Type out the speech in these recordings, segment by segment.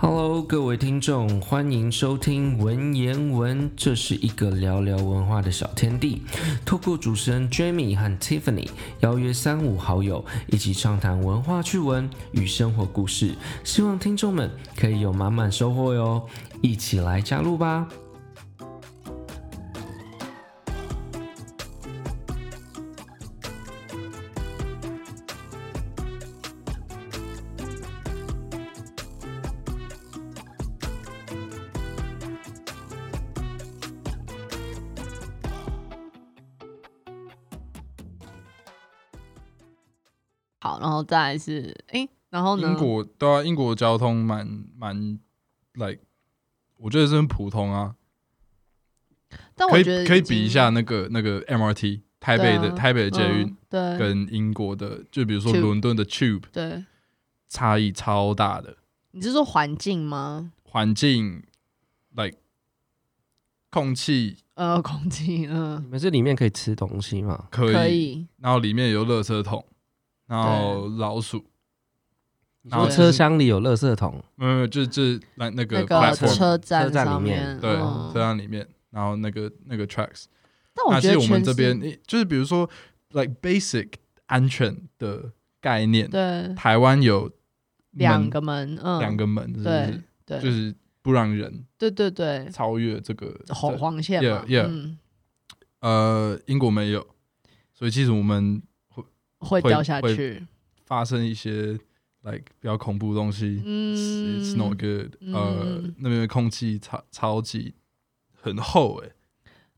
Hello，各位听众，欢迎收听文言文，这是一个聊聊文化的小天地。透过主持人 Jamie 和 Tiffany，邀约三五好友一起畅谈文化趣闻与生活故事，希望听众们可以有满满收获哟！一起来加入吧。好，然后再来是诶，然后呢？英国对啊，英国交通蛮蛮，like，我觉得是很普通啊，但可我以觉得可以已经比一下那个那个 MRT 台对北的、啊台北的捷运嗯、对跟英国的，就比如说 Tube 伦敦的 Tube 对，差异超大的，你是说环境吗？环境，like，空气呃， 空气，嗯、你们这里面可以吃东西吗？可以，可以，然后里面有垃圾桶，然后老鼠，你然说后对车厢里有垃圾桶，没有没有，就是这那那那个个 platform，车站车站上里面对，嗯车站里面，然后那个那个 tracks。但那我其觉得实我们全这世边诶就是比如说，like basic 安全的概念，对台湾有两门个门，嗯，两个门，是不对是？对就是不让人对对对，超越这个红这黄线嘛 Yeah，yeah 嗯，呃，英国没有，所以其实我们会会掉下会去，发生一些 like 比较恐怖的东西嗯，it's it's not good。呃嗯，那边的空气超超级很厚诶，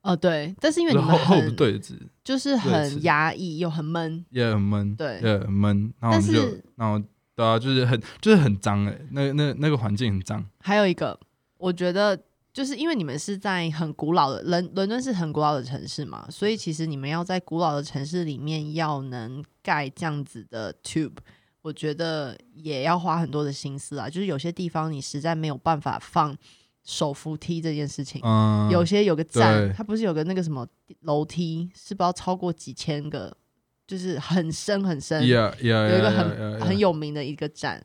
哦、对，但是因为不你是们厚厚不很对子，就是是很压抑又很闷，也很闷，对也很闷，然但后我们就是然后对啊，就是很就是很脏哎、那那那个环境很脏，还有一个，我觉得就是因为你们是在很古老的伦伦敦是很古老的城市嘛，所以其实你们要在古老的城市里面要能盖这样子的 tube，我觉得也要花很多的心思啊。就是有些地方你实在没有办法放手扶梯这件事情。嗯，有些有个站对，它不是有个那个什么楼梯，是不知道超过几千个，就是很深很深 yeah yeah 有一个 yeah, 很 yeah, yeah, 很有名的一个站。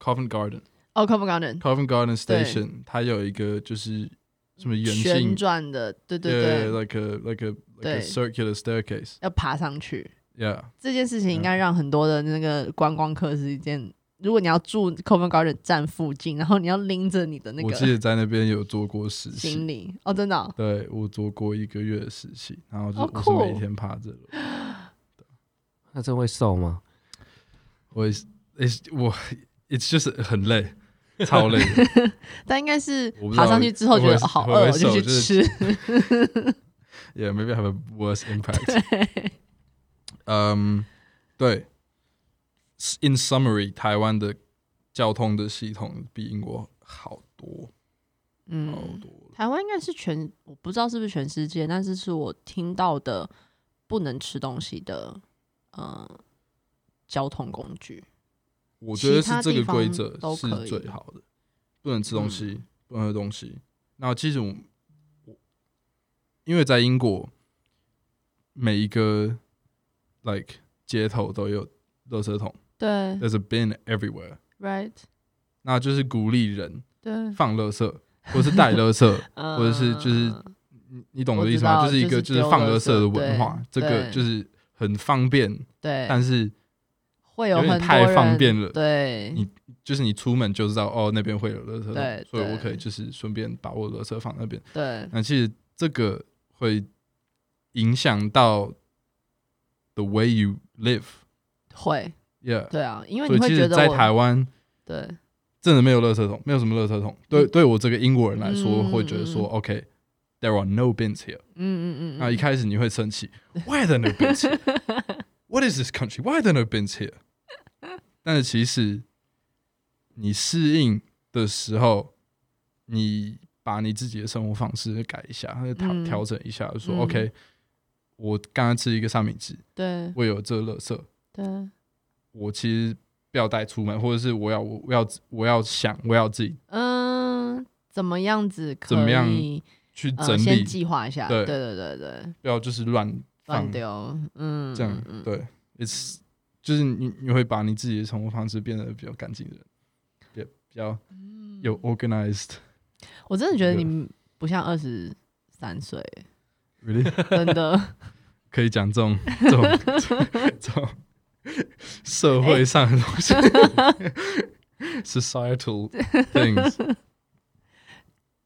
Covent Garden 哦 c o v e n Garden， Covent Garden 对 Station，它有一个就是什么圆旋形，转的，对对 yeah, 对 yeah, like a like a like 对 a circular staircase 要爬上去。 yeah 这件事情应该让很多的那个观光客是一件，如果你要住 Covent Garden 站附近，然后你要拎着你的那我记个得在那边有做过实行习，李，哦，真的哦、对我做过一个月的实习，然后就、好我是每酷天爬着楼，那这会瘦吗？我也是也是我 it's just 很累，超累的。但应该是我不知道爬上去之后觉得会不会哦好会不饿，会我就去瘦就是吃。 Yeah, maybe I have a worse impact. 嗯，对。S- In summary，台湾的交通的系统比英国好多好 嗯，多了。台湾应该是全，我不知道是不是全世界，但是是我听到的不能吃东西的，呃，交通工具。我觉得其是他这地个方规则都可是以嗯最好的，不能吃东西，不能喝东西。那其实我我因为在英国，每一个 like 街头都有垃圾桶对，there's a bin everywhere。 ，right，那就是鼓励人对，放垃圾，或者是 带垃圾，或者是就是呃你你懂我的意思我知道吗？就是一个就是就丢是放垃圾的垃圾对文化，这个对就是很方便，对，但是会有有很多点人太方便嗯了。对，你就是你出门就知道哦，那边会有垃圾对桶，所以对我可以就是顺便把我的垃圾放那边。对那其实这个会影响到 the way you live，yeah。会，对啊，因为所你以会其觉实，得在我台湾对真的没有垃圾桶，没有什么垃圾桶。对，嗯对我这个英国人来说，嗯会觉得说嗯，OK，there are no bins here。嗯嗯嗯，那一开始你会生气嗯，Why are there no bins here? What is this country? Why are there no bins here? 但是其实你适应的时候，你把你自己的生活方式改一下，调嗯调整一下，就说嗯 OK，我刚刚吃一个三明治，对我有这个垃圾，对我其实不要带出门，或者是我要我我要我要想我要自己嗯，怎么样子可以怎么样去整呃先理，计划一下，对对对对对，不要就是乱乱放丢，嗯，这样嗯嗯对，it's 就是你你会把你自己的生活方式变得比较干净的人，比比较嗯有 organized。我真的觉得你不像二十三岁， Really？真的。 可以讲这种这种这种社会上的东哎 西、s o c i e t a l things。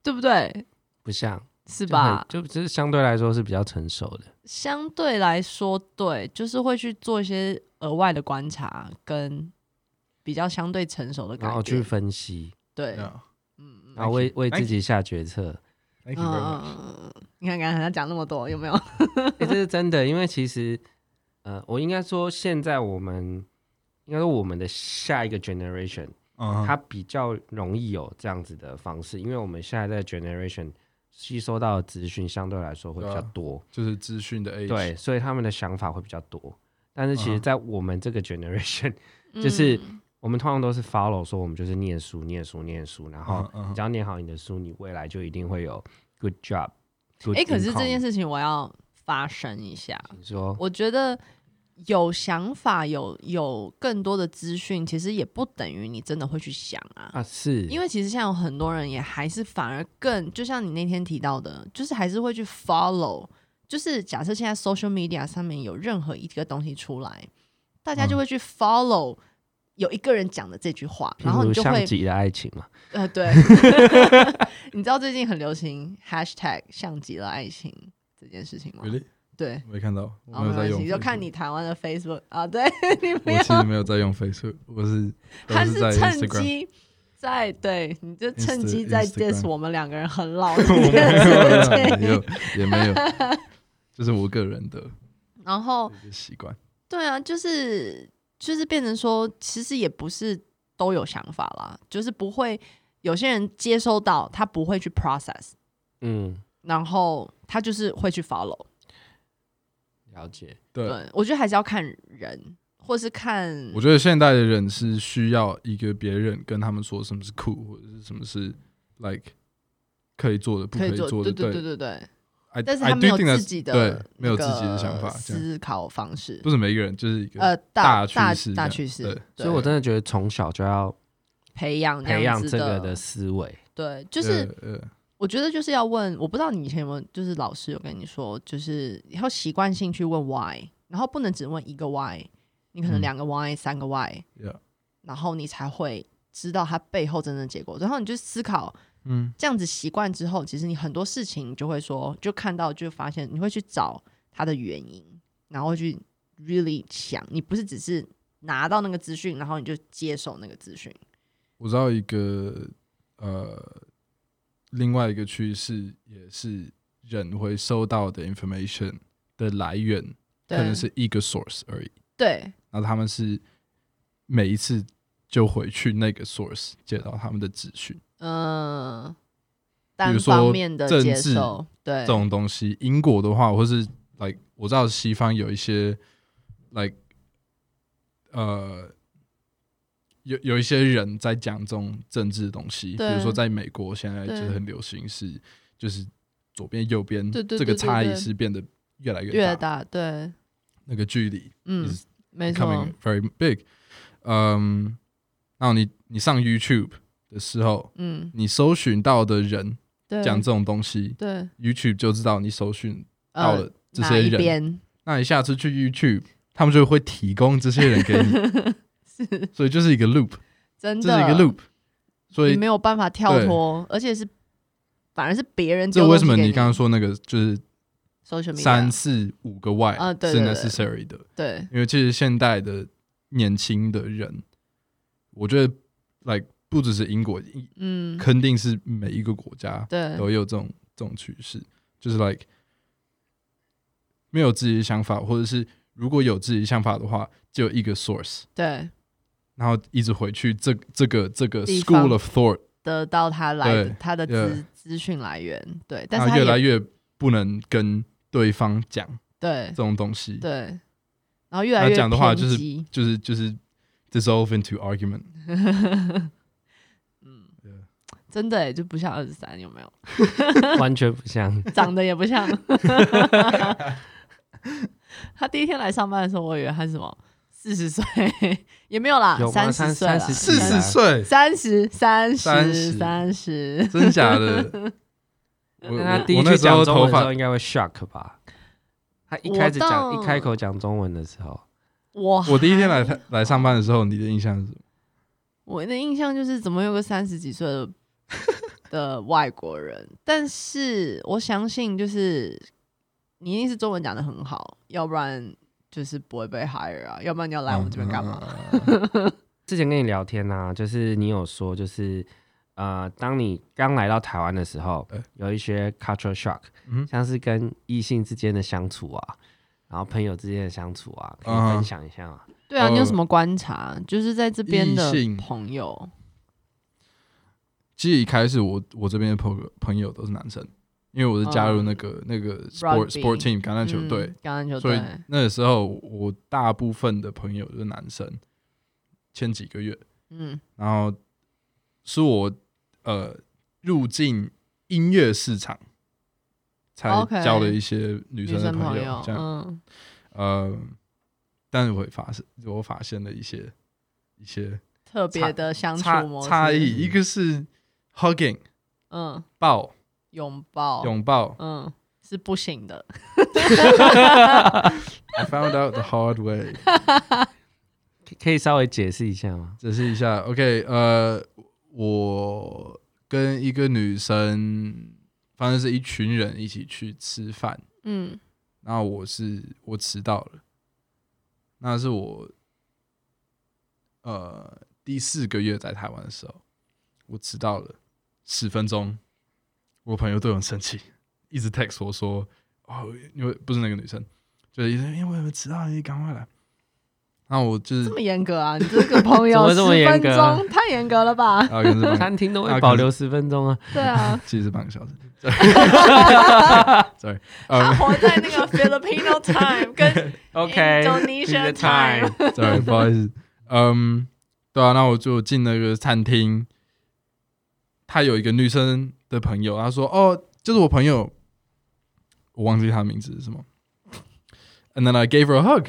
对不对？不像是是吧？就只是相对来说是比较成熟的，相对来说，对，就是会去做一些额外的观察，跟比较相对成熟的然感后去觉。分析，对， Yeah, 嗯嗯嗯然后为为 Thank 自己下决策。 thank you very much. 嗯，嗯你看，刚才他讲那么多，有没有？ 哎，这是真的，因为其实呃，我应该说现在我们应该说我们的下一个 generation，嗯它比较容易有这样子的方式，因为我们现在的 generation 吸收到的资讯相对来说会比较对啊多，就是资讯的 age。对，所以他们的想法会比较多。但是其嗯实，哼在我们这个 generation，、就是 嗯我们通常都是 follow 说我们就是念书、念书、念书，然后嗯嗯你只要念好你的书，你未来就一定会有 good job。哎、可是这件事，事情我要发声一下，你说我觉得有想法、有有更多的资讯，其实也不等于你真的会去想啊。啊，是因为其实现在有很多人也还是反而更，就像你那天提到的，就是还是会去 follow。就是假设现在 social media 上面有任何一个东西出来，大家就会去 follow 有一个人讲的这句话，然后譬你如就像会极的爱情嘛，呃，对， 你知道最近很流行 hashtag 像极了爱情这件事情吗？ Really？对，我没看到，我好，没哦没有在关用系， Facebook。就看你台湾的 Facebook 啊，对 你没我其实有，没有在用 Facebook，我是他我是在趁 Instagram。机在对，你就趁 Insta- 机在 Instagram diss 我们两个人很老 的 我这没件事有情没有，也没有，就是我个人的然后一个习惯。对啊，就是就是变成说，其实也不是都有想法啦，就是不会有些人接收到他不会去 process，嗯，然后他就是会去 follow。了解，对，对，我觉得还是要看人，或是看我觉得现代的人是需要一个别人跟他们说什么是酷，或者是什么是 like 可以做的，不可以做，做的。对对对对对。 I 但是 I 他 do 没有 think that's- 自己的对，没有那自己的个想法，这样思考方式不，是每一个人就是一个呃，大大大趋势大这样趋势对。对所以我真的觉得从小就要培养培样养子这个的的，思维， 对，就是呃呃我觉得就是要问，我不知道你以前有没有，就是老师有跟你说，就是要习惯性去问 why，然后不能只问一个 why，你可能嗯两个 why、三个 why， yeah，然后你才会知道它背后真正的结果，然后你就思考。嗯这样子习惯之后，其实你很多事情就会说，就看到就发现，你会去找它的原因，然后去 really 想，你不是只是拿到那个资讯，然后你就接受那个资讯。我知道一个呃，另外一个趋势也是人会收到的 information 的来源，可能是一个 source 而已。对然后他们是每一次就回去那个 source 接到他们的资讯，嗯、比单如说方面的接政治受，对这，种东西。英国的话，或是 like 我知道西方有一些 like 呃。有有一些人在讲这种政治的东西，比对如说在美国现在就对是很流行是，就是左边右边对对这个对对差异对是变得越来越越大，大对，那个距离嗯， is 没错 becoming，very big。嗯，然后你你上 YouTube 的时候，嗯，你搜寻到的人对，讲这种东西对， ，YouTube 就知道你搜寻到呃了，这哪些一人。边 那你下次去 YouTube，他们就会提供这些人给 你，是所以就是一个 loop，真这的是一个 loop。所你以没有办法跳对脱，而且是反而是别人这丢东为什西么给你你刚刚说那个就是，social media 三四五个 Y 啊对是对对 necessary 的？对。因为其实现代的年轻的人，我觉得 like 不只是英国，嗯，肯定是每一个国家对都有这种这种趋势，就是 like 没有自己的想法，或者是如果有自己的想法的话，只有一个 source，对，然后一直回去这这个这个地方 school of thought，得到他来的对他的资 yeah 资讯来源，对，但然是他后越来也越不能跟对方讲对这种东西，对，然后越那来越讲的话偏就是激就是就是 dissolve into argument。嗯 Yeah，真的耶欸就不像二十三，有没有？完全不像。长得也不像。 他第一天来上班的时候，我以为他是什么四十岁也没有啦有，吗三三三十岁了，十四十岁，三十三三十十三十，真假的？我 我那他第一我那句时讲候中文头的时候发应该会 shock 吧？他一我开始到讲一开口讲中文的时候，我我第一天来还台来上班的时候，你的印象是什么？我的印象就是怎么有个三十几岁的 的外国人，但是我相信就是你一定是中文讲的很好，要不然就是不会被 hire 啊，要不然你要来我们这边干嘛？嗯？之前跟你聊天啊，就是你有说，就是呃，当你刚来到台湾的时候对，有一些 culture shock，、呃嗯像是跟异性之间的相处啊，然后朋友之间的相处啊，可以啊分享一下吗？ 对啊，呃你有什么观察？就是在这边的异性朋友，其实一开始我我这边的朋友朋友都是男生，因为我是加入那个那个 sport 哦 Rugby sport team 橄榄球嗯队，，橄榄球所队以，那个时候我大部分的朋友都是男生，前几个月，嗯然后是我呃入进音乐市场才哦 OK 交了一些女生的生友，友，这样嗯，呃，但是我也发现我发现了一些一些特别的相处差模式，差异，一个是 hugging 嗯，抱拥抱，拥抱嗯，是不行的， ，I found out the hard way。 可可以稍微解释一下吗？解释一下，OK，呃，我跟一个女生，反正是一群人一起去吃饭，嗯然后我是我迟到了，那是我呃第四个月在台湾的时候，我迟到了十分钟，我朋友对我很生气，一直 text 我说，哦，因为不是那个女生，就是一直因为我迟到，你赶快来。然后我就是这么严格啊！你这个朋 友怎十么这么严分格啊钟太严格了吧？啊，可能是帮餐厅都啊会可保是留十分钟啊， 对啊，其实是半个小时。Sorry，他呃、活在那个 Filipino time 跟 OK， Indonesia it's the time s o r r y 不好意思。嗯，对啊，那我就进那个餐厅，他有一个女生的朋友，他说：“哦，就是我朋友，我忘记他名字是什么。” And then I gave her a hug，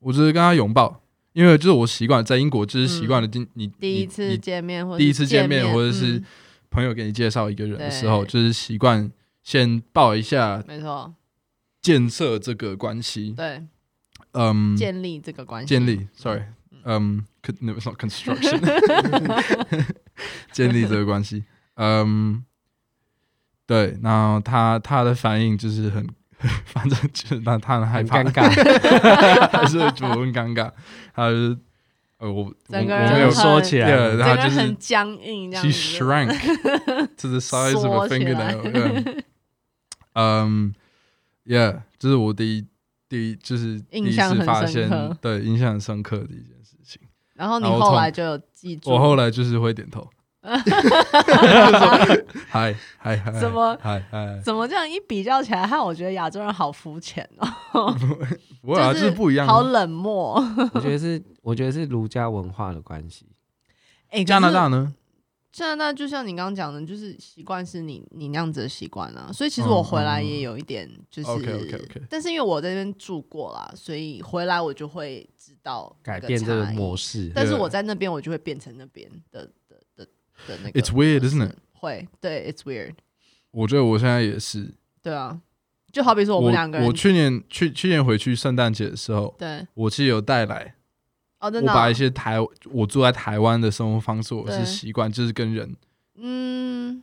我就是跟她拥抱，因为就是我习惯在英国就是习惯了，今、你嗯第你一次你见面或者第一次见面面，或者是嗯朋友给你介绍一个人的时候，对就是习惯先抱一下，没错，建设这个关系。对，嗯，建立这个关系，建立，sorry，嗯、c o n no，it's not construction，建立这个关系，嗯、对，然后他他的反应就是很， 反正就是他他很害很怕尴，尬。还是觉得很尴尬，他就是呃我我我整个没人有很说起来了，对整个他就人是很僵硬这样 she 子。 shrank to the size of 缩 a 起 fingernail 嗯。嗯，yeah，这是我第一第一就是第一印象次很发深现刻，对印象很深刻的一件事情。然后你然后后从来就有记住，我后来就是会点头， 就是说嗨嗨嗨，怎么嗨嗨？怎么这样一比较起来，害我觉得亚洲人好肤浅哦，不会啊，就就是是不一样啊。好冷漠。 我觉得是，我觉得是儒家文化的关系。 哎，加拿可是大呢？加拿大就像你刚刚讲的，就是习惯是你你那样子的习惯啊，所以其实嗯我回来也有一点就是、 OK，OK，OK 但是因为我在那边住过啦，所以回来我就会知道改变这个模式，式，但是我在那边我就会变成那边的的的的那个模 It's 式。 weird, isn't it？会，对，It's weird，我觉得我现在也是。对啊，就好比说我我们两个人，我去年去去年回去圣诞节的时候，对，我其实有带来哦，真我的啊、把一些台我住在台湾的生活方式，我对是习惯就是跟人嗯，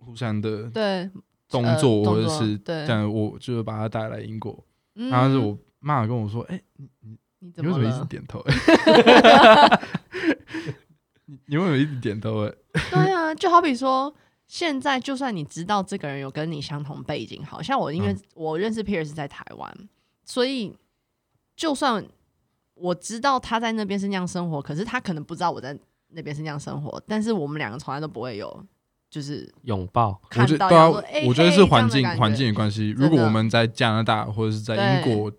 互相的对，动呃作，或动者作是对这样，我就是把它带来英国。嗯，然后啊是我妈跟我说：“哎，你怎你为么什么一直了？点 头？ 你你为什么一直点头？哎，对啊，就好比说，现在就算你知道这个人有跟你相同背景，好像我因为、嗯我认识 Pierre 是在台湾，所以就算我知道他在那边是那样生活，可是他可能不知道我在那边是那样生活，但是我们两个从来都不会有就是拥抱，我看觉到对啊要说，哎，我觉得嘿是环这境样的感觉环境的关系。的如果我们在加拿大或者是在英对国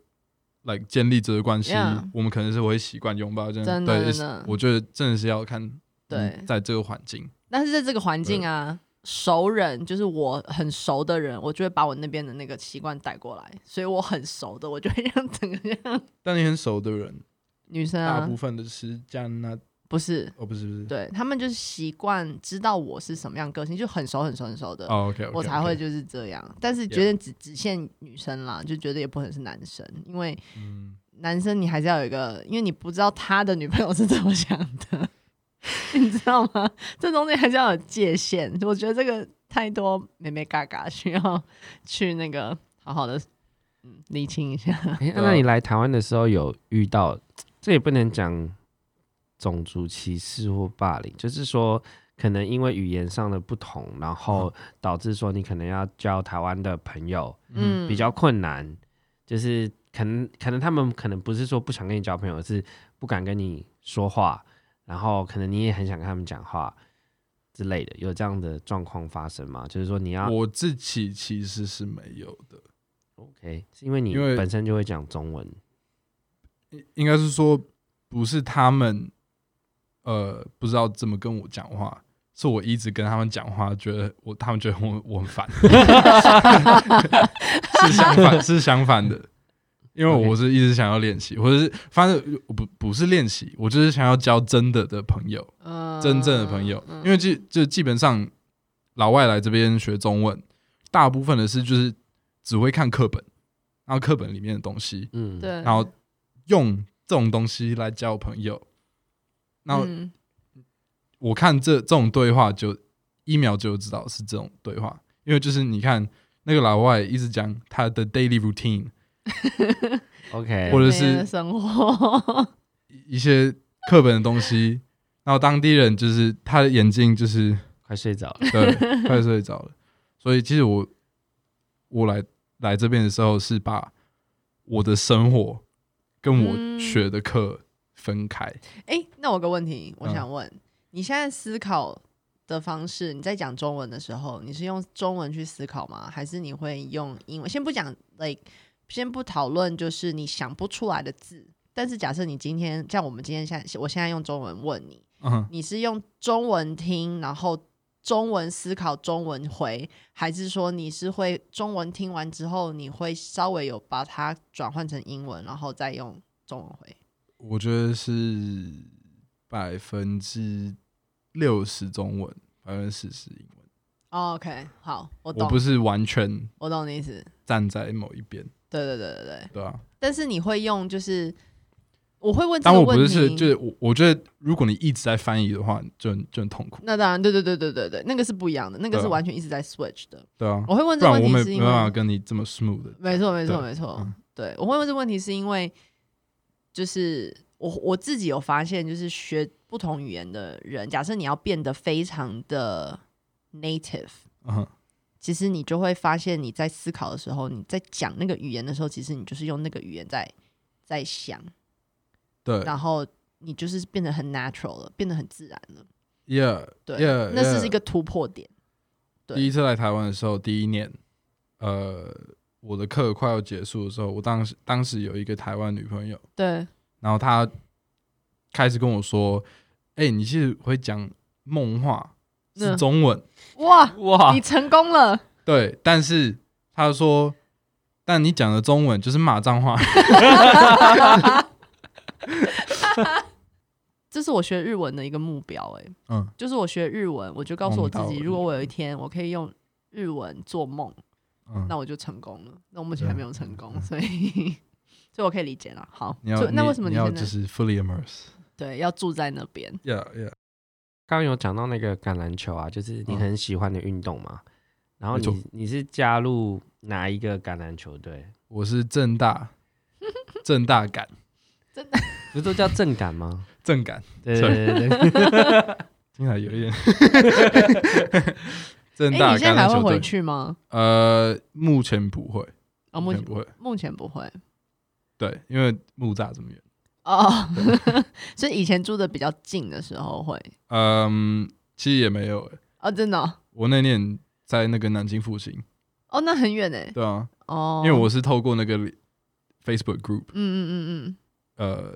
来建立这个关系 Yeah，我们可能是会习惯拥抱这样。真的对真的，我觉得真的是要看对你在这个环境。但是在这个环境啊，熟人就是我很熟的人，我就会把我那边的那个习惯带过来，所以我很熟的，我就会让整个这样。但你很熟的人，女生大啊部，分的是加拿，不是，哦，不是不是，对他们就是习惯知道我是什么样个性，就很熟很熟很熟的，哦，OK，我才会就是这样。但是觉得只只限女生啦，就觉得也不可能是男生，因为嗯，男生你还是要有一个，因为你不知道他的女朋友是怎么想的， 你知道吗？这中间还是要有界限。我觉得这个太多妹妹嘎嘎需要去那个好好的嗯理清一下。哎、对啊那你来台湾的时候有遇到，这也不能讲种族歧视或霸凌，就是说可能因为语言上的不同，然后导致说你可能要交台湾的朋友嗯嗯，比较困难，就是可能可能他们可能不是说不想跟你交朋友，而是不敢跟你说话，然后可能你也很想跟他们讲话之类的，有这样的状况发生吗？就是说你要我自己其实是没有的， OK，是因为你因为本身就会讲中文，嗯应应该是说不是他们，呃，不知道怎么跟我讲话，是我一直跟他们讲话，觉得我他们觉得我我 很烦，是相反是相反的，因为 OK 我是一直想要练习，或者是反正我不不是练习，我就是想要交真的的朋友，嗯真正的朋友，因为基就基本上老外来这边学中文，大部分的是就是只会看课本，然后课本里面的东西，嗯，对，然后用这种东西来交朋友。然后嗯我看这这种对话就一秒就知道是这种对话，因为就是你看那个老外一直讲他的 daily routine， ，OK，或者每天是的生活，一些课本的东西， 然后当地人就是他的眼睛就是快睡着 了。对，快睡着了。所以其实我我来来这边的时候是把我的生活跟我嗯学的课分开。哎、那我有个问题，我嗯想问、你现在思考的方式，你在讲中文的时候，你是用中文去思考吗？还是你会用英文？先不讲，like，先不讨论，就是你想不出来的字。但是假设你今天像我们今天现在，我现在用中文问你，嗯，你是用中文听，然后中文思考，中文回，还是说你是会中文听完之后，你会稍微有把它转换成英文，然后再用中文回？我觉得是百分之六十中文，百分之四十英文。哦 OK，好，我懂，我不是完全我懂你意思。站在某一边，对对对对对，对啊。但是你会用就是，我会问这但个我不问是题，是就是我，我觉得如果你一直在翻译的话，就很就很痛苦，那当然，对对对对对对，那个是不一样的，那个对是啊完全一直在 switch 的。对啊。我会问不这个然问我题没是没因办法为，跟你这么 smooth 的。没错没错对没错嗯，对我会问这个问题是因为，就是我我自己有发现，就是学不同语言的人，假设你要变得非常的 native，嗯哼，其实你就会发现，你在思考的时候，你在讲那个语言的时候，其实你就是用那个语言在在想，对然后你就是变得很 natural 了，变得很自然了。 ，Yeah，对 yeah, 那是 yeah 一个突破点。对第一次来台湾的时候，第一年，呃，我的课快要结束的时候，我当时当时有一个台湾女朋友，对，然后她开始跟我说：“哎、你其实会讲梦话，是嗯中文，哇，哇你成功了！ 对，但是她说，但你讲的中文就是骂 脏话。这是我学日文的一个目标、欸，哎，”嗯，哦就是我学日文，我就告诉我自梦到己，了如果我有一天我可以用日文做梦，嗯那我就成功了。那我目前还没有成功，所以， 所以我可以理解了。好，你要所以那为什么你现要在就是 fully immerse？Yeah, 对要住在那边？ yeah，刚刚有讲到那个橄榄球啊，就是你嗯很喜欢的运动嘛。然后没错你你是加入哪一个橄榄球队？我是 正大，正大感，不是都叫正感 吗？正感，对对对 对对，听起来有一点正哎、大你现在橄还榄会球队回。去吗？呃，目前不会，哦，目目前前不会。目前不会对，因为木栅这么远。哦， 所以以前住的比较近的时候会嗯，其实也没有、欸，哦，真的哦，我那年在那个南京复兴，哦那很远哎，对啊，哦，因为我是透过那个 Facebook group 嗯嗯嗯嗯，呃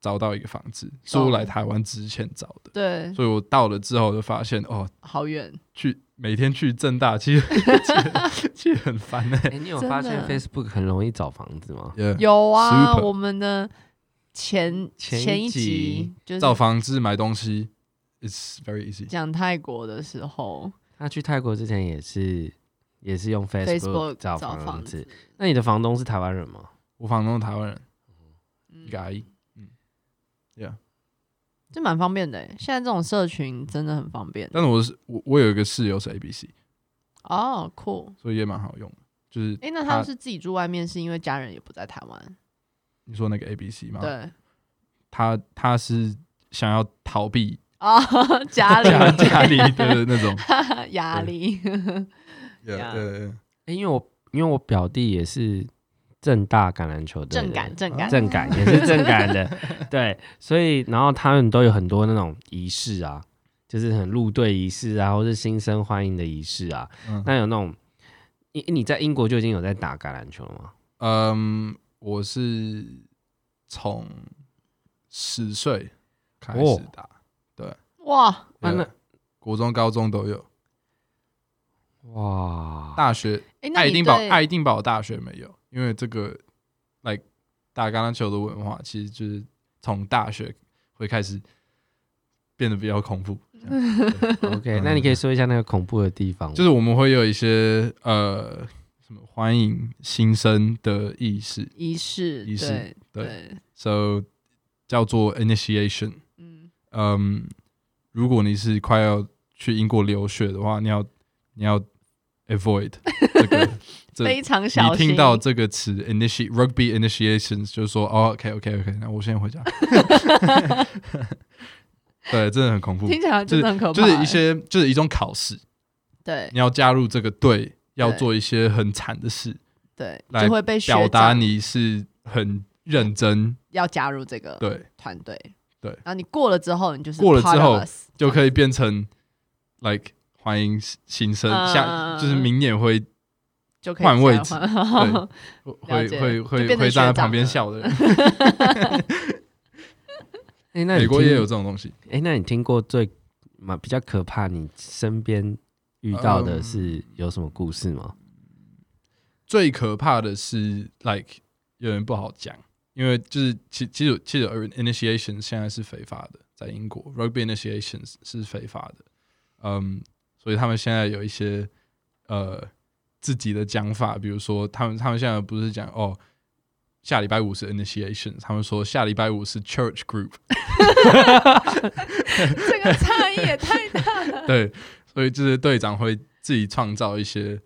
找到一个房哦子，是我来台湾之前找的，对，所以我到了之后就发现哦，好远，去每天去正大其实 其实很烦哎、哎，你有发现真的 Facebook 很容易找房子吗？ Yeah，有啊 Super 我们的前前一一集集就是找房子买东西，it's very easy。讲泰国的时候他去泰国之前也是也是用，Facebook Facebook 找找房子子。，那你的房东是台湾人吗？我房东台湾人，嗯一个阿姨，嗯，yeah。这蛮方便的欸。现在这种社群真的很方便。但是我是我我有一个室友是 A B C，哦，酷。所以也蛮好用的。就是哎，那他他是自己住外面，是因为家人也不在台湾？你说那个 A B C 吗？，对。他他是想要逃避哦， 家里家家里的那种 压力。Yeah 呃诶因为我因为我表弟也是正大橄榄球队的，正感正啊感正感也是正感的，对，所以然后他们都有很多那种仪式啊，就是很入队仪式啊，或是新生欢迎的仪式啊。嗯那有那种，你你在英国就已经有在打橄榄球了吗？嗯，我是从十岁开哦始打，哇，啊那 yeah，国中、高中都有，哇， 大学哎，那爱你丁堡对爱丁堡大学没有，因为这个，like 打橄榄球的文化，其实就是从大学会开始变得比较 恐怖。这样嗯 OK，那你可以说一下那个恐怖的地方吗，就是我们会有一些呃什么欢迎新生的意识仪式，仪式对对对， ，so 叫做 initiation。嗯，嗯，如果你是快要去英国留学的话，你要你要 avoid 这个这非常 小你心。听到这个词 initiate rugby initiations 就说哦，OK OK OK，那我先回家。 对，真的很恐怖，听起来真的很可怕，就是一哎些就是一种考试，对你要加入这个队，要对做一些很惨的事，对，来就会被学表达长你是很认真，要加入这个对，团队。对然后你过了之后，你就是过了之 part 后 of us 就可以变成 like 欢迎新生，下嗯就是明年会就可以换位置加入会了解会就会变成会学长站在旁了边笑的人，诶那你美国听也有这种东西。哎、那你听过最嘛比较可怕，你身边遇到嗯的是有什么故事吗？最可怕的是，like 有人不好讲，因为就是其其实其实 initiation 现在是非法的，在英国 rugby initiation 是非法的，嗯，所以他们现在有一些呃自己的讲法，比如说他们他们现在不是讲哦。下礼拜五是 initiation，他们说下礼拜五是 church group， 这个差异也太 大了。 对，所以就是队长会自己创造一些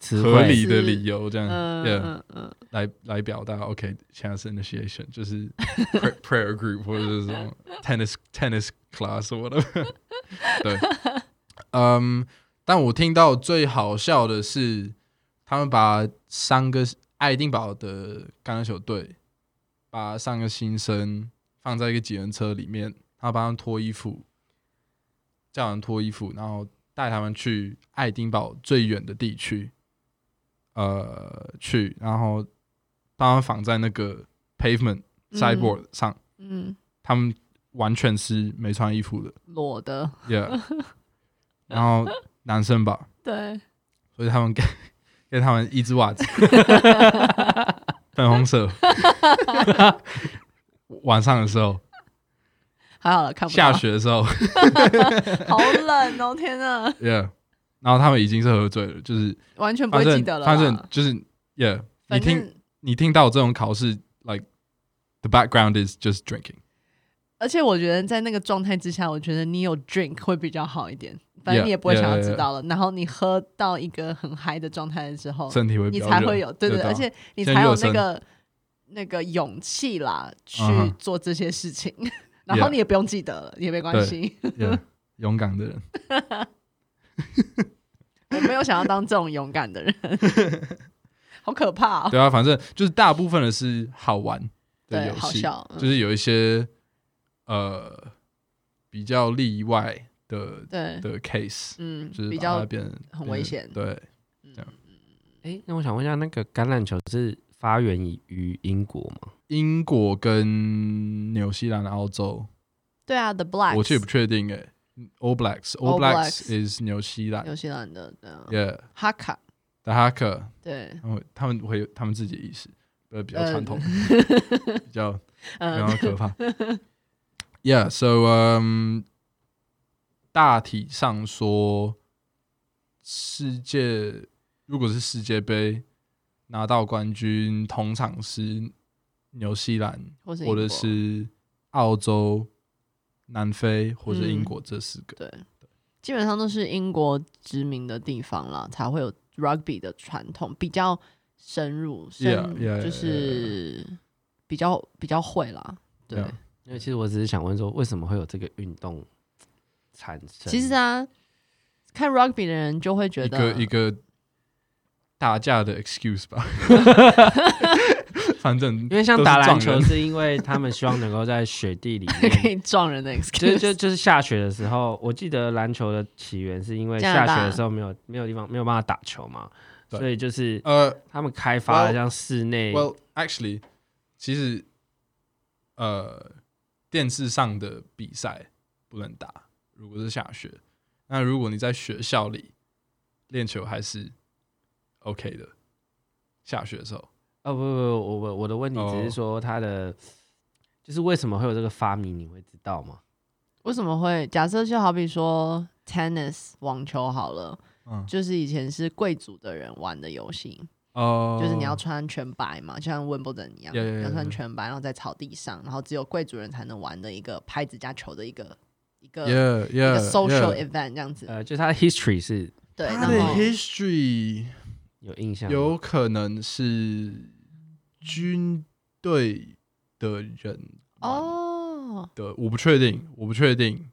词合汇理的理由，这样，嗯 yeah 嗯嗯，来来表达，OK，现在是 initiation，就是 pra- prayer group 或者是什么 tennis tennis class or whatever。对， 嗯，但我听到最好笑的是，他们把三个爱丁堡的橄榄球队，把三个新生放在一个几人车里面，他帮他们脱衣服，叫人脱衣服，然后带他们去爱丁堡最远的地区，呃，去，然后帮他们绑在那个 pavement 嗯 sideboard 上，嗯，他们完全是没穿衣服的裸的， ，yeah，然后男生吧，对，所以他们 给给他们一只袜 子，粉红色，晚上的时候，还好了，看不到下，雪的时候好冷哦，天呐， ，yeah，然后他们已经是喝醉了，就是完全不反会正记得了啦。反正就是 yeah，你反听正，你听到这种考试，like the background is just drinking。而且我觉得在那个状态之下，我觉得你有 drink 会比较好一点，反正 Yeah, 你也不会想要 yeah, yeah, 知道了。然后你喝到一个很嗨的状态的时候，身体会哦你比较才热会有对对，热到而且你先才有热那身个那个勇气啦，去嗯哼做这些事情。 然后 Yeah 你也不用记得了，也没关对系。 yeah, 勇敢的人。我没有想要当这种勇敢的人， 好可怕哦。 对啊，反正就是大部分的是好玩的对，游好戏，笑。嗯就是有一些呃比较例外的对，的 case，嗯就是，比把它较变很变危成险对，哎、那我想问一下，那个橄榄球是发源于英国吗？英国跟纽西兰、澳洲，对啊，The Black，我其实也不确定诶。All All Blacks，All Blacks is 纽西兰纽西兰的，对啊，Yeah，哈卡，的哈克，对，他们他们会有他们自己的意识。呃，比较 传统，比较嗯然后可怕。Yeah, so um，大体上说，世界如果是世界杯拿到冠军，通常是纽西兰 或是或者英国是澳洲、南非或者嗯英国这四个。对，基本上都是英国殖民的地方啦，才会有 rugby 的传统比较深入，深 Yeah, yeah, yeah, 就是比较比较会啦。对 Yeah. 因为其实我只是想问说，为什么会有这个运动产生？其实啊，看 rugby 的人就会觉一得个一个打架的 excuse 吧，反正因为像打篮都球，是撞人是因为他们希望能够在雪地里 可面，以撞人的 excuse，就就就是下雪的时候，我记得篮球的起源是因为加下拿大雪的时候没有没有地方没有办法打球嘛，对所以就是呃，他们开发了 Well- 像室内 Well, actually，其实呃，电视上的比赛不能打，如果是下雪。那如果你在学校里练球，还是 OK 的。下雪的时候，哦不不不，我我我的问题只哦是说它的就是为什么会有这个发明，你会知道吗？为什么会？假设就好比说 tennis 网球好了，嗯，就是以前是贵族的人玩的游戏，哦、就是你要穿全白嘛，就像温布顿一样 Yeah, yeah, yeah, 你要穿 yeah. 全白，然后在草地上，然后只有贵族人才能玩的一个拍子加球的一个一个 yeah 一 yeah 个 social yeah. event 这样子。哎呃，就是它的 history 是对，然它的后 history 有印象的，有可能是军队的人玩哦，的，我不确定，我不确定，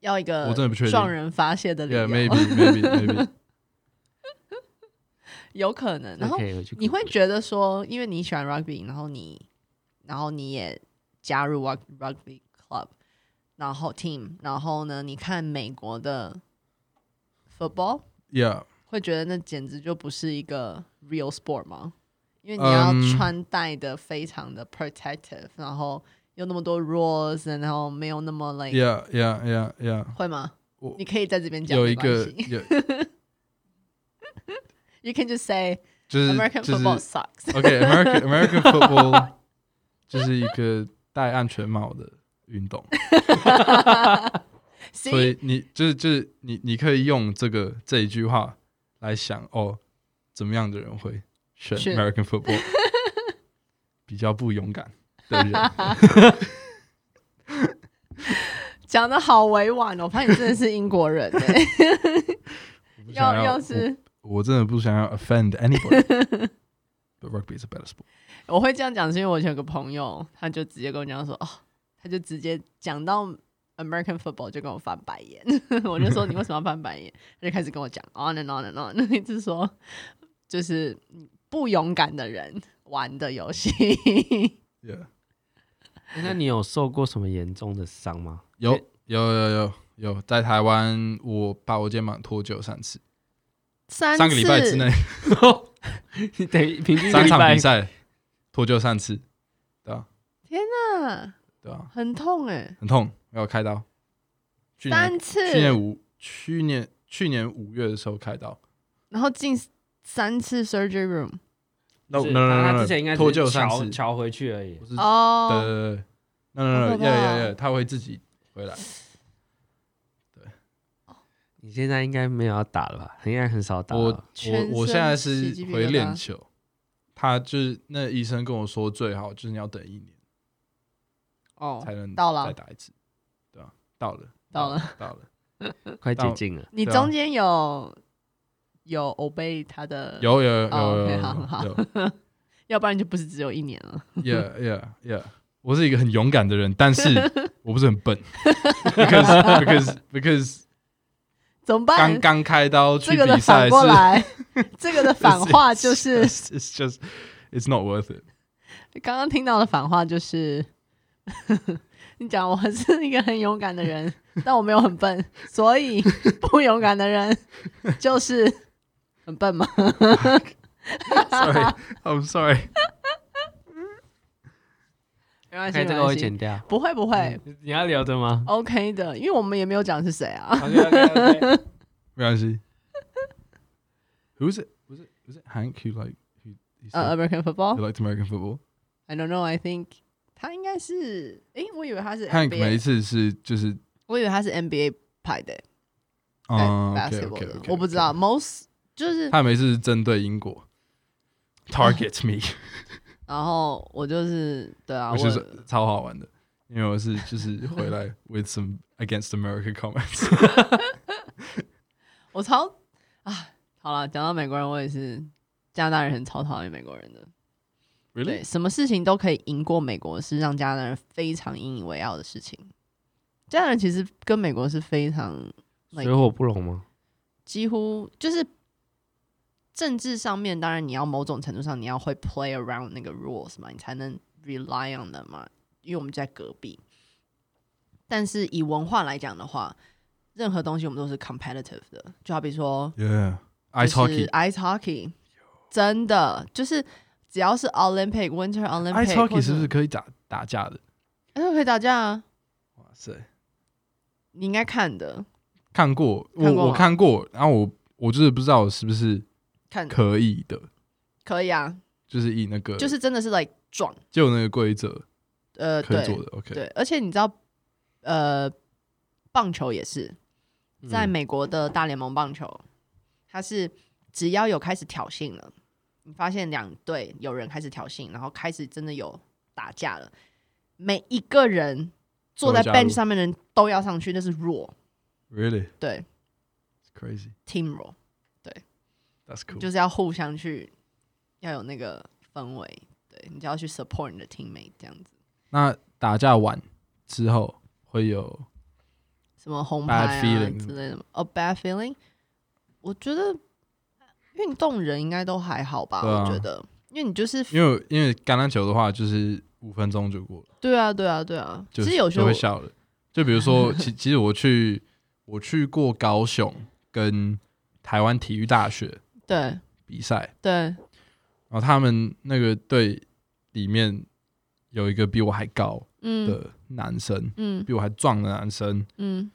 要一个我真的不确定让呃人发泄的理 Yeah, 由 maybe, maybe, maybe. 有可能。然后可以回去你会 Google 觉得说，因为你喜欢 rugby，然后你然后你也加入 rug- rugby club，然后 team，然后呢，你看美国的 football。 Yeah. 会觉得那简直就不是一个 real sport 吗？因为你要嗯穿戴的非常的 protective，、然后有那么多 rules，然后没有那么 like Yeah, yeah, yeah, yeah. 会吗我？你可以在这边讲，有没一个关系 有 you can just say 就是 American 就是 football sucks， OK American American football 就是一个 戴安全帽的运动，所 See？以你就是就是你你可以用这个这一句话来想哦，怎么样的人会选选 American football？比较不勇敢的人，讲的好委婉哦，我发现你真的是英国人、欸， 我不想要要要是我我真的不想要 offend anybody，but rugby is a better sport。我会这样讲，是因为我以前有个朋友，他就直接跟我讲说，哦，他就直接讲到 American football 就跟我翻白眼， 我就说你为什么要翻白眼？他就开始跟我讲 on and on and on，一 直说就是不勇敢的人玩的游戏。 Yeah，诶那你有受过什么严重的伤吗？有有有有有，在台湾我把我肩膀脱臼三次，三三个礼拜次之内。你等于平均一个三礼场拜比赛脱臼三次，对啊，啊，对啊，很痛哎、很痛，要开刀。去年三次，去年五去年去年五月的时候开刀然后进三次 surgery room。 ，no 是 no no 他 no，他之前应该脱只是臼三瞧次，瞧回去而已不。是对哦、对对对，no no 好 no，可要怕要要，他会自己回来。你现在应该没有要打了吧？应该很少打了。我我全我身现在起是鸡皮疙回瘩练球，他就是那医生跟我说最好就是你要等一年哦才，能到了再打一次，对啊，到了到了到了，快接近了，你对啊中间有有 obey 他的有有有哦有，OK，有好好好呃有。 要不然就不是只有一年了。 Yeah, yeah, yeah. 我是一个很勇敢的人， 但是我不是很笨，because because because 怎么刚办？刚开刀去这个的比赛反是过来， 这个的反话就 it's 是 it's just it's not worth it. 刚刚听到的反话就是， 你讲我是一个很勇敢的人， 但我没有很笨，所以不勇敢的人就是很笨 嘛。 Sorry, I'm sorry. 没关系，可以这没个关会系剪掉。不会不嗯会你要留着吗？ ，OK 的，因为我们也没有讲是谁啊。没关系。Who's it? Was it? Was it Hank who like who He 呃 said American he football。 liked American football. I don't know. I think 他应该是，诶，我以为他是 Hank 每一 NBA，次是就是我以为他是 NBA 派的哎嗯 basketball ，OK，OK，OK，的 OK，我不知道 most 就是， 他每一次是针对英国 ，target me，然后我就是对啊，我我就是超好玩的，因为我是就是回来 with some against America comments，我超啊，好了，讲到美国人，我也是加拿大人很超讨厌美国人的。对， really 什么事情都可以赢过美国，是让加拿大人非常引以为傲的事情。加拿大人其实跟美国是非常水火不容吗？几乎就是政治上面，当然你要某种程度上你要会 play around 那个 rules 嘛，你才能 rely on them 嘛，因为我们就在隔壁。但是以文化来讲的话，任何东西我们都是 competitive 的，就好比说 yeah，ice 就是 ice hockey，ice hockey，真的就是只要是 Olympic Winter Olympic，或 hockey 者是不是可以打打架的？哎、可以打架啊？哇塞，你应该看的，看过我看过吗我看过，然后我我就是不知道是不是看可以的，可以啊，就是以那个就是真的是 like 撞，就那个规则呃，可以做对的，OK，对，而且你知道，呃，棒球也是在嗯美国的大联盟棒球，它是只要有开始挑衅了，你发现两队有人开始挑衅，然后开始真的有打架了，每一个人坐在都会加入 bench 上面的人都要上去，那是 rule， Really? 对 It's crazy. team rule。 That's cool. 就是要互相去要有那个氛围，对你就要去 support 你的 teammate 这样子。那打架完之后会有什么红牌 Bad 啊 feeling 之类的吗？哦、b a d feeling，我觉得运动人应该都还好吧，对啊我觉得，因为你就是因为因为橄榄球的话就是五分钟就过了，对啊，对啊，对啊。就其实有时就候会笑了。就比如说， 其其实我去我去过高雄跟台湾体育大学对比赛，对，然后他们那个队里面有一个比我还高嗯的男生，嗯比我还壮的男生，嗯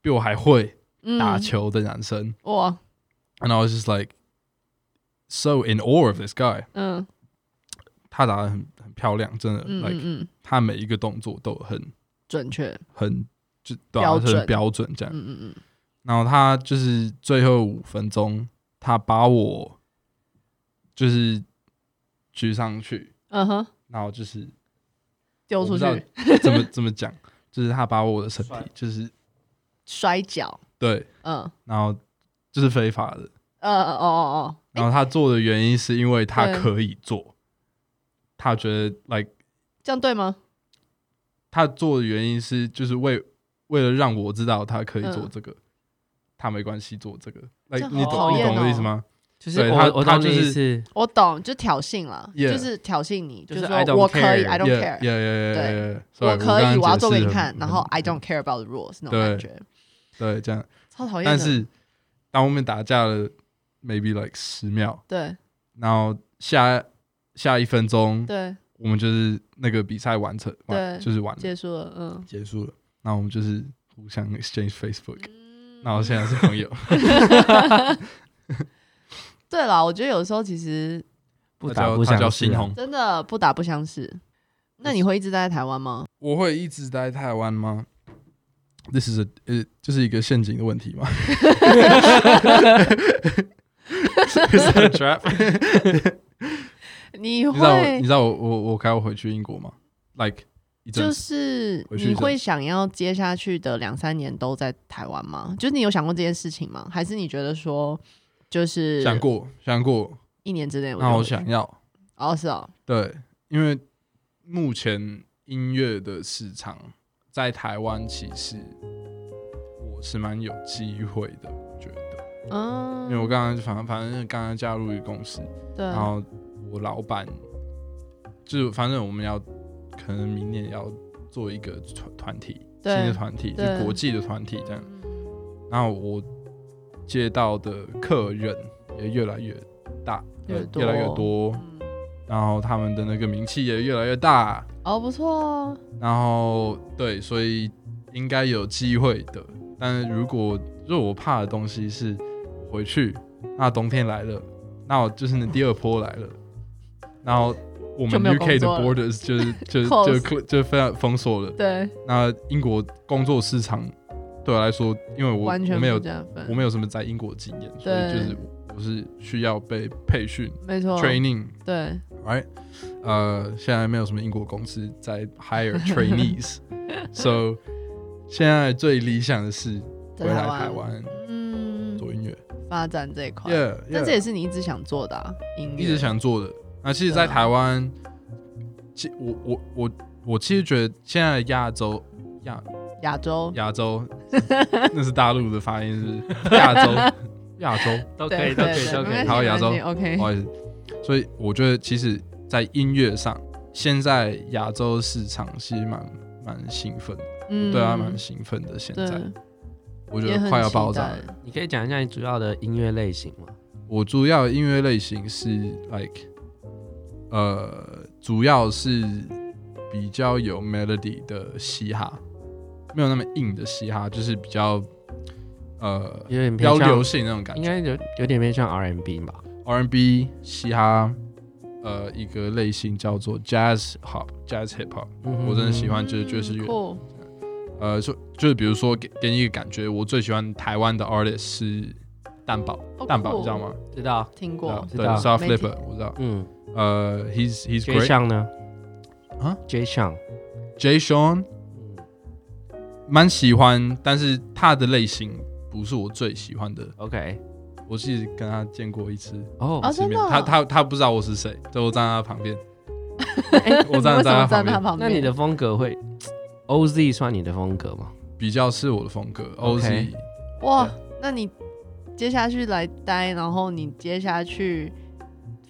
比我还会嗯，打球的男生，哇， and I was just like so in awe of this guy。嗯他打的很很漂亮，真的、嗯 l 嗯 i k e 嗯，他每一个动作都很准确，很就对啊标很准标准这样。嗯嗯嗯，然后他就是最后五分钟，他把我就是举上去，嗯哼，然后就是丢出我不去，怎么怎么讲，就是他把我的身体就是摔跤，对，嗯然后就是非法的。呃哦哦哦，然后他做的原因是因为他对可以做，他觉得 like 这样对吗？他做的原因是就是为为了让我知道他可以做这个，他没关系做这个。嗯这哎、样好你懂、讨你厌懂我的意哦思吗？就是对我他我他懂你就意是思，我懂，就挑衅啦 Yeah 就是挑衅你，就是是说 I don't 我可以 care ，I don't Yeah, care， yeah, yeah, yeah, yeah, yeah. 我 Sorry，可以，刚刚我要做解给释你很看，然后很 I don't care about the rules 那种对感觉，对这样。超讨厌的。但是当我们打架了，maybe like 十秒，对然后下下一分钟，对，我们就是那个比赛完成，完对就是完了结束了，嗯。结束了。那我们就是互相 exchange Facebook，嗯然后现在是朋友。对啦，我觉得有时候其实不他打叫不他相叫识新啊红真的不打不相识。那你会一直待在台湾吗？我会一直待台湾吗？This is a 呃，这是一个陷阱的问题吗 ？Is that a trap？你你知道我，会你知道我我我该回去英国吗？Like 一阵就子是回去一你阵会子想要接下去的两三年都在台湾吗？就是你有想过这件事情吗？还是你觉得说就是想过想过，一年之内我就那我会想要哦是哦对，因为目前音乐的市场在台湾其实我是蛮有机会的，我觉得，嗯嗯因为我刚刚反反正刚刚加入一个公司，对然后我老板就是反正我们要可能明年要做一个团团体，新对的团体对是国际的团体这样。嗯然后我接到的客人也越来越大，越呃多越来越多，嗯然后他们的那个名气也越来越大，哦不错哦然后对，所以应该有机会的。但是如果如果我怕的东西是我回去，那冬天来了，那那我就是你第二波来了，然后我就们没有 UK 的工作 borders 就是就 Close 就就就非常封锁了。对，那英国工作市场对我来说，因为我完全我没有不加分我没有什么在英国经验，所以嗯对哦就是我是需要被培训没错， training 对 right？呃，现在没有什么英国公司在 hire trainees，so 现在最理想的是在回来台湾嗯，做音乐发展这一块，yeah，但 yeah 这也是你一直想做的、啊、音乐，一直想做的。那其实，对啊在台湾，其我我我我其实觉得现在亚洲亚亚洲亚 洲，那是大陆的发音是亚 洲亚洲，都对可以，都对可以，对都可以没关系台。湾没亚洲关系，OK，不好意思。所以我觉得，其实，在音乐上，现在亚洲市场其实蛮蛮兴奋的。嗯对啊，蛮兴奋的。现在对，我觉也得很快要期爆炸了待。你可以讲一下你主要的音乐类型吗？我主要的音乐类型是 like，呃，主要是比较有 melody 的嘻哈，没有那么硬的嘻哈，就是比较呃有点比偏较流向，行那种感应觉该有有点偏向 R&B 吧？ ，R&B 嘻哈。呃，一个类型叫做 jazz hop、jazz hip hop，嗯我真的喜欢就是爵士乐。呃，就就是比如说给给你一个感觉，我最喜欢台湾的 artist 是蛋堡，蛋堡你知道？吗？知道，哦听对过啊，知对道，South 没 Flipper，我知道。嗯呃，he's he's ，J great。项呢？啊，J 项， Jay Sean 嗯蛮喜欢，但是他的类型不是我最喜欢的。 ，OK，我其实跟他见过一次哦啊，见真的面，哦，他他他不知道我是谁，对我站在他 旁边，我你为站什么在他站旁他边，旁边？哎 那你的风格会 OZ 算你的风格吗？比较是我的风格。 OK OZ 哇，那你接下去来待，然后你接下去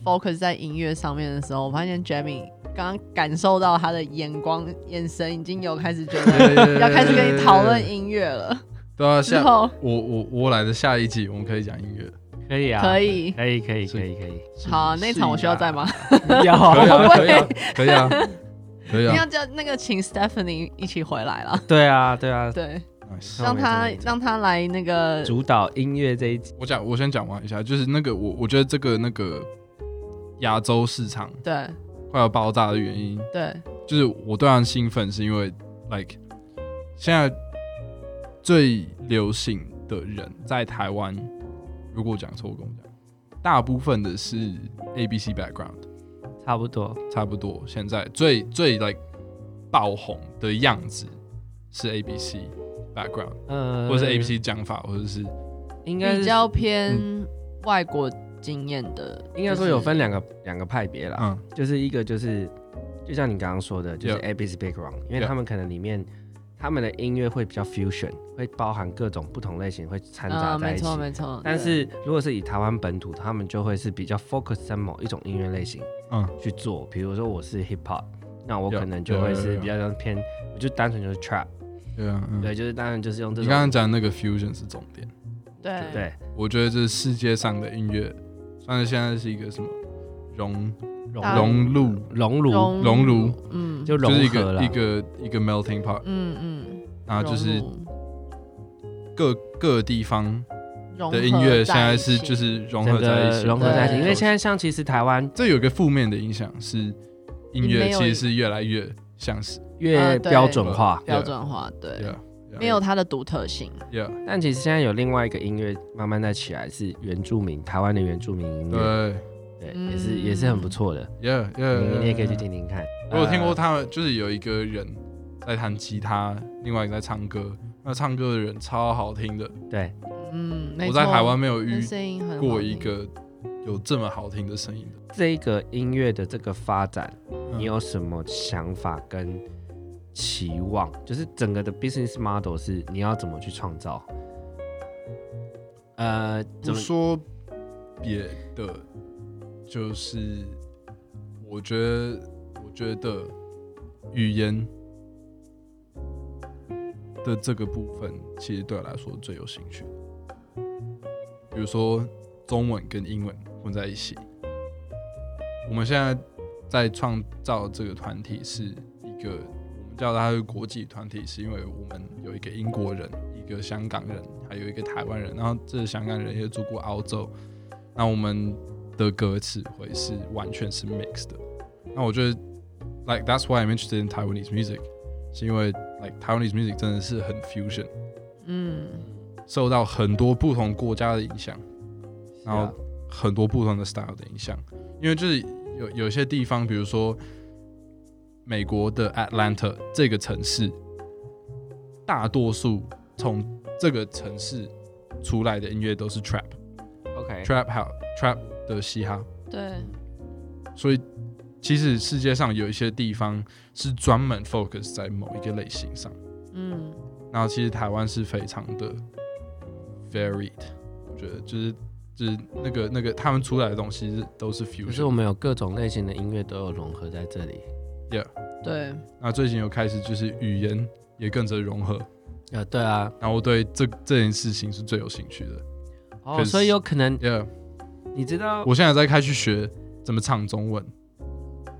focus 在音乐上面的时候，我发现 Jamie 刚刚感受到他的眼光、眼神已经有开始觉得要开始跟你讨论音乐了。哦对啊，之下后我我我来的下一集我们可以讲音乐，可以啊，可，以，可以，可以，是可以，可以，是好啊，那场我需要在？吗？要 是啊，啊可以啊，可以啊，可以哦 你啊，可以要啊叫那个请 Stephanie 一起回 来了，对啊，对啊，对， ，nice。那我让没他这么让他来那个主导音乐这一集，我讲，我先讲完一下，就是那个我我觉得这个那个亚洲市场对快要爆炸的原因，对就是我对他们兴奋，是因为 like 现在最流行的人在台湾，如果我讲错，我跟我讲，大部分的是 A B C background，差不多，差不多现在最最 like 爆红的样子是 A B C background，、呃，或者是 A B C 讲法，或者是应该是比较偏外国经验的，嗯应该说有分两个两个派别啦，嗯就是一个就是，就像你刚刚说的，就是 Yeah. A B C background，因为 Yeah. 他们可能里面他们的音乐会比较 fusion，会包含各种不同类型会掺杂嗯，在没一起。错没错，但是如果是以台湾本土，他们就会是比较 focus 在某一种音乐类型嗯去做，比如说我是 hip hop，那我 Yeah. 可能就会 Yeah, yeah, 是 yeah. 比较像偏，我就单纯就是 trap，对啊，嗯对，就是当然就是用这你刚刚种讲那个 fusion 是重点，对对对我觉得这是世界上的音乐，算是现在是一个什么融大融入。熔炉，熔炉，嗯，就融就是一合个了一，个一个 melting pot，嗯嗯，然后就是融入各各地方融合的音乐现在在是一起就是融整合在一个起，融合在一起，对因为现在像其实台湾这有一个负面的影响是音没乐有其实是越来越像是越呃对标准化，标啊准化，对， yeah 没有嗯它的独特性， yeah 但其实现在有另外一个音乐慢慢在起来，是原住民台湾的原住民音乐，对对，嗯也是也是很不错的， yeah 你 yeah，你也可以去 yeah，听听看。我有听过呃，他们就是有一个人在弹吉他，另外一个在唱歌，那唱歌的人超好听的，对，嗯，没我在错台湾没有遇那声音很好过一听个有这么好听的声音的，这个音乐的这个发展，嗯你有什么想法跟期望？就是整个的 business model 是你要怎么去创造？呃，怎不么说别的，就是我觉得，我觉得语言的这个部分，其实对我来说最有兴趣。比如说中文跟英文混在一起，我们现在在创造这个团体是一个，我们叫它是国际团体，是因为我们有一个英国人、一个香港人，还有一个台湾人，然后这个香港人也住过澳洲，那我们的歌词汇是完全是 mix 的。那我觉得，like that's why I'm interested in Taiwanese music，是因为 like Taiwanese music 真的是很 fusion，嗯，受到很多不同国家的影响，是然啊后很多不同的 style 的影响。因为就是有有些地方，比如说美国的 Atlanta 这个城市，大多数从这个城市出来的音乐都是 trap。 OK， trap house trap 的嘻哈，对，所以其实世界上有一些地方是专门 focus 在某一个类型上，嗯，然后其实台湾是非常的 varied，我觉得就是就是那个那个他们出来的东西是都是就是我 fusion。们有各种类型的音乐都有融合在这里。对，那最近有开始就是语言也跟着融合，呃，对啊，然后我对这这件事情是最有兴趣的。哦， Cause- 所以有可能 Yeah，你知道，我我现在在开始学怎么唱中文。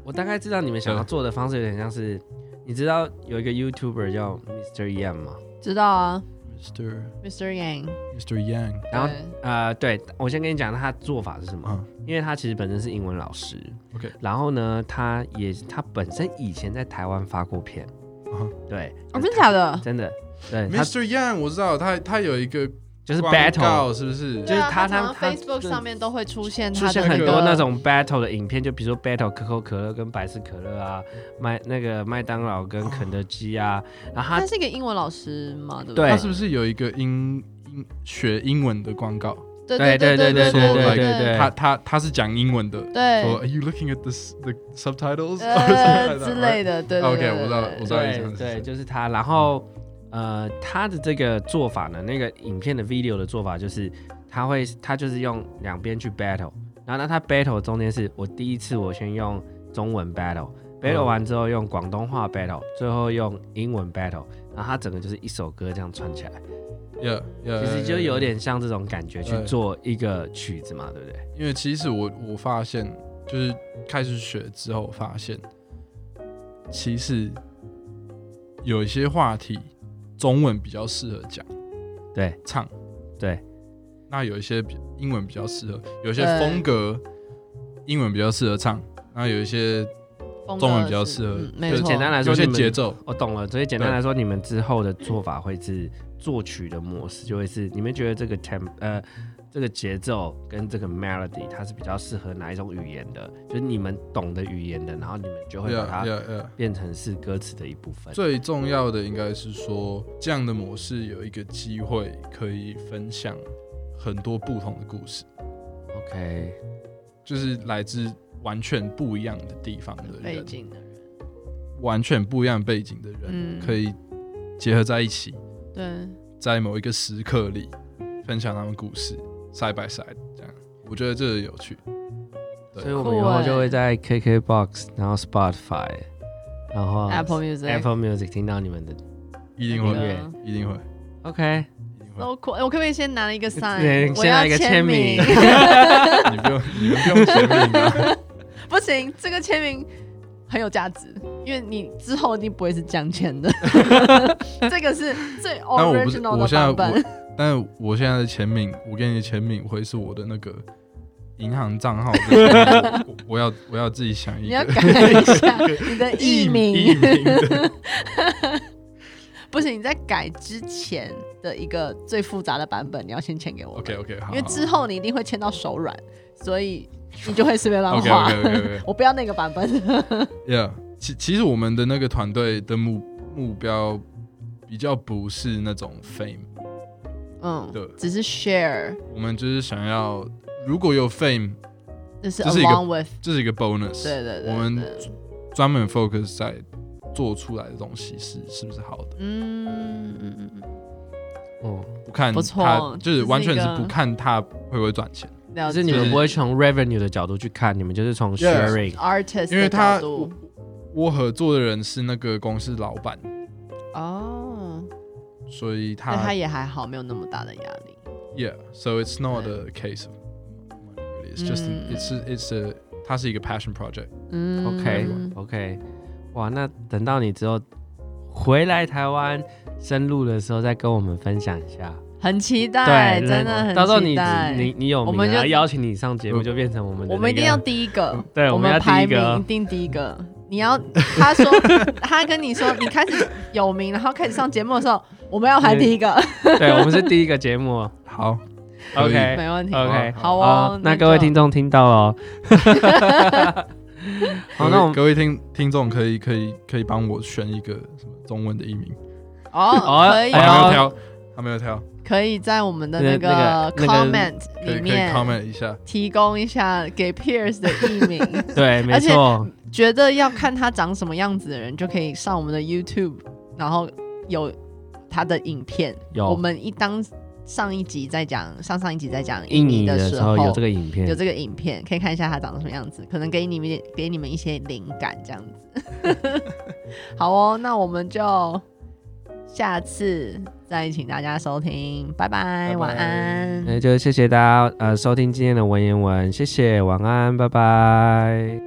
我大概知道你们想要做的方式有点像是，你知道有一个 YouTuber 叫 Mr. Yan 吗？知道啊 Mr. ，Mr. Yang， Mr. Yang，然后对呃，对我先跟你讲他的做法是什么，嗯因为他其实本身是英文老师 OK 然后呢，他也他本身以前在台湾发过片，嗯对，哦，真假的？真的，对他，Mr. Yang，我知道他他有一个就是广 battle，告是不是？就是他对啊他常常他 Facebook 上面都会出现出他现的很个多那种 battle 的影片，就比如说 battle 可口可乐跟百事可乐啊，麦那个麦当劳跟肯德基啊，然后他他是一个英文老师嘛，对不对他是不是有一个英英学英文的广告？对对对对对对说对 like 对对，他他他是讲英文的，说对 Are you looking at this the subtitles 呃之类的，的？对对 OK，对对我知道对我知道意思对对，就是他。然后呃，他的这个做法呢，那个影片的 video 的做法就是，他会他就是用两边去 battle，然后那他 battle 中间是我第一次我先用中文 battle。battle 嗯完之后用广东话 battle，最后用英文 battle，然后他整个就是一首歌这样串起来， Yeah，其 yeah，实就 yeah，有 yeah，点像这种感觉去对做一个曲子嘛，对不对？ yeah 因为其实我我发现，就是开始学之后发现，其实有一些话题中文比较适合讲对唱，对，那有一些比英文比较适合，有一些对风格英文比较适合唱，然后有一些风格中文比较是适合嗯没就错，简单来说有些你们节奏。我哦懂了，所以简单对来说，你们之后的做法会是作曲的模式，就会是你们觉得这个 temp 呃这个节奏跟这个 melody 它是比较适合哪一种语言的，就是你们懂的语言的，然后你们就会把 Yeah, 它 yeah, yeah. 变成是歌词的一部分。最重要的应该是说，这样的模式有一个机会可以分享很多不同的故事， OK，就是来自完全不一样的地方的背人，景的人，完全不一样背景的人，嗯，可以结合在一起，对，在某一个时刻里分享他们故事，side by side 这样，我觉得这个有趣。对所以我们以后就会在 KKBox，然后 Spotify，然后 Apple Music Apple Music 听到你们的。一定音会，乐一定会， OK，一定会。都酷。哎我可不可以先拿一 个对 sign？我先要来一个签签名你不用，你们不用签名啊。 不行，这个签名很有价值，因为你之后一定不会是这样签的。 这个是最 但我不是， original 我的现在版我本。，但我现在的签名，我给你的签名会是我的那个银行账号的我我要我要自己想一你要个改一下你 的艺艺名，名的， 不是你在改之前的一个最复杂的版本，你要先签给我 OK OK，好，因为之后你一定会签到手软，所以你就会随便乱 OK 画。 OK OK OK 我不要那个版本。 Yeah，其其实我们的那个团队的目目标比较不是那种 fame，嗯对，只是 share，我们就是想要如果有 fame，这是这是一个 along with，这是一个 bonus，对对对，我们对专门 focus 在做出来的东西是是不是好的。嗯嗯嗯嗯，哦，不看不错他，就这是是完全一是个不看他会不会赚钱，了就解。是你们就是不会从 revenue 的角度去看，你们就是从 Yeah sharing。 artist，因为的他角度我合作的人是那个公司老板，哦，所以但他他也还好，没有那么大的压力。 yeah，so it's not a case of money really，it's just 嗯 it's it's a 它是一个 passion project。嗯 OK OK，哇，那等到你之后回来台湾深入的时候，再跟我们分享一下。很期待，对，哎真的很期待。到时候你你你有我名们了，就然后邀请你上节目，嗯就变成我们的我们一那定个要第一个，对我我们要第排一个名一定第一个。你要他说他跟你说你开始有名，然后开始上节目的时候，我们要排第一个，对，我们是第一个节目。哦好 可以 OK 没问题。 OK，好好哦，，那各位听众，众听到了 哦。好，那我们各位听听众可以可以可以帮我选一个什么中文的译名，哦，可以我哎还呦没有哦，挑，还没有挑，可以在我们的那那那个个那个 comment 可以里可以面 comment 一下。提供一下给 Pierce 的艺名，对，没而且错，觉得要看他长什么样子的人，就可以上我们的 YouTube，然后有他的影片。有我们一当上一集在讲，上上一集在讲印尼的的时候有这个影片有，这个影片，可以看一下他长什么样子，可能给你们一点给你们一些灵感这样子。 好哦，那我们就下次再请大家收听，拜拜，拜晚安。那哎就谢谢大家呃收听今天的文言文，谢谢，晚安，拜拜。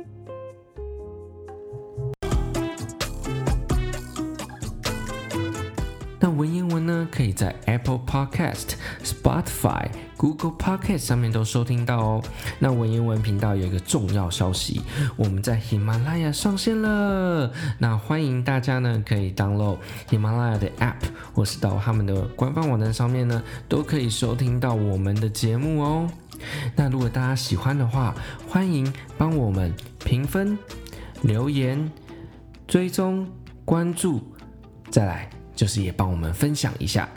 那文言文呢，可以在 Apple Podcast、Spotify、Google Podcast 上面都收听到哦。那文言文频道有一个重要消息，我们在喜马拉雅上线了。那欢迎大家呢，可以 download 喜马拉雅的 App，或是到他们的官方网站上面呢，都可以收听到我们的节目哦。那如果大家喜欢的话，欢迎帮我们评分、留言、追踪、关注。再来就是也帮我们分享一下。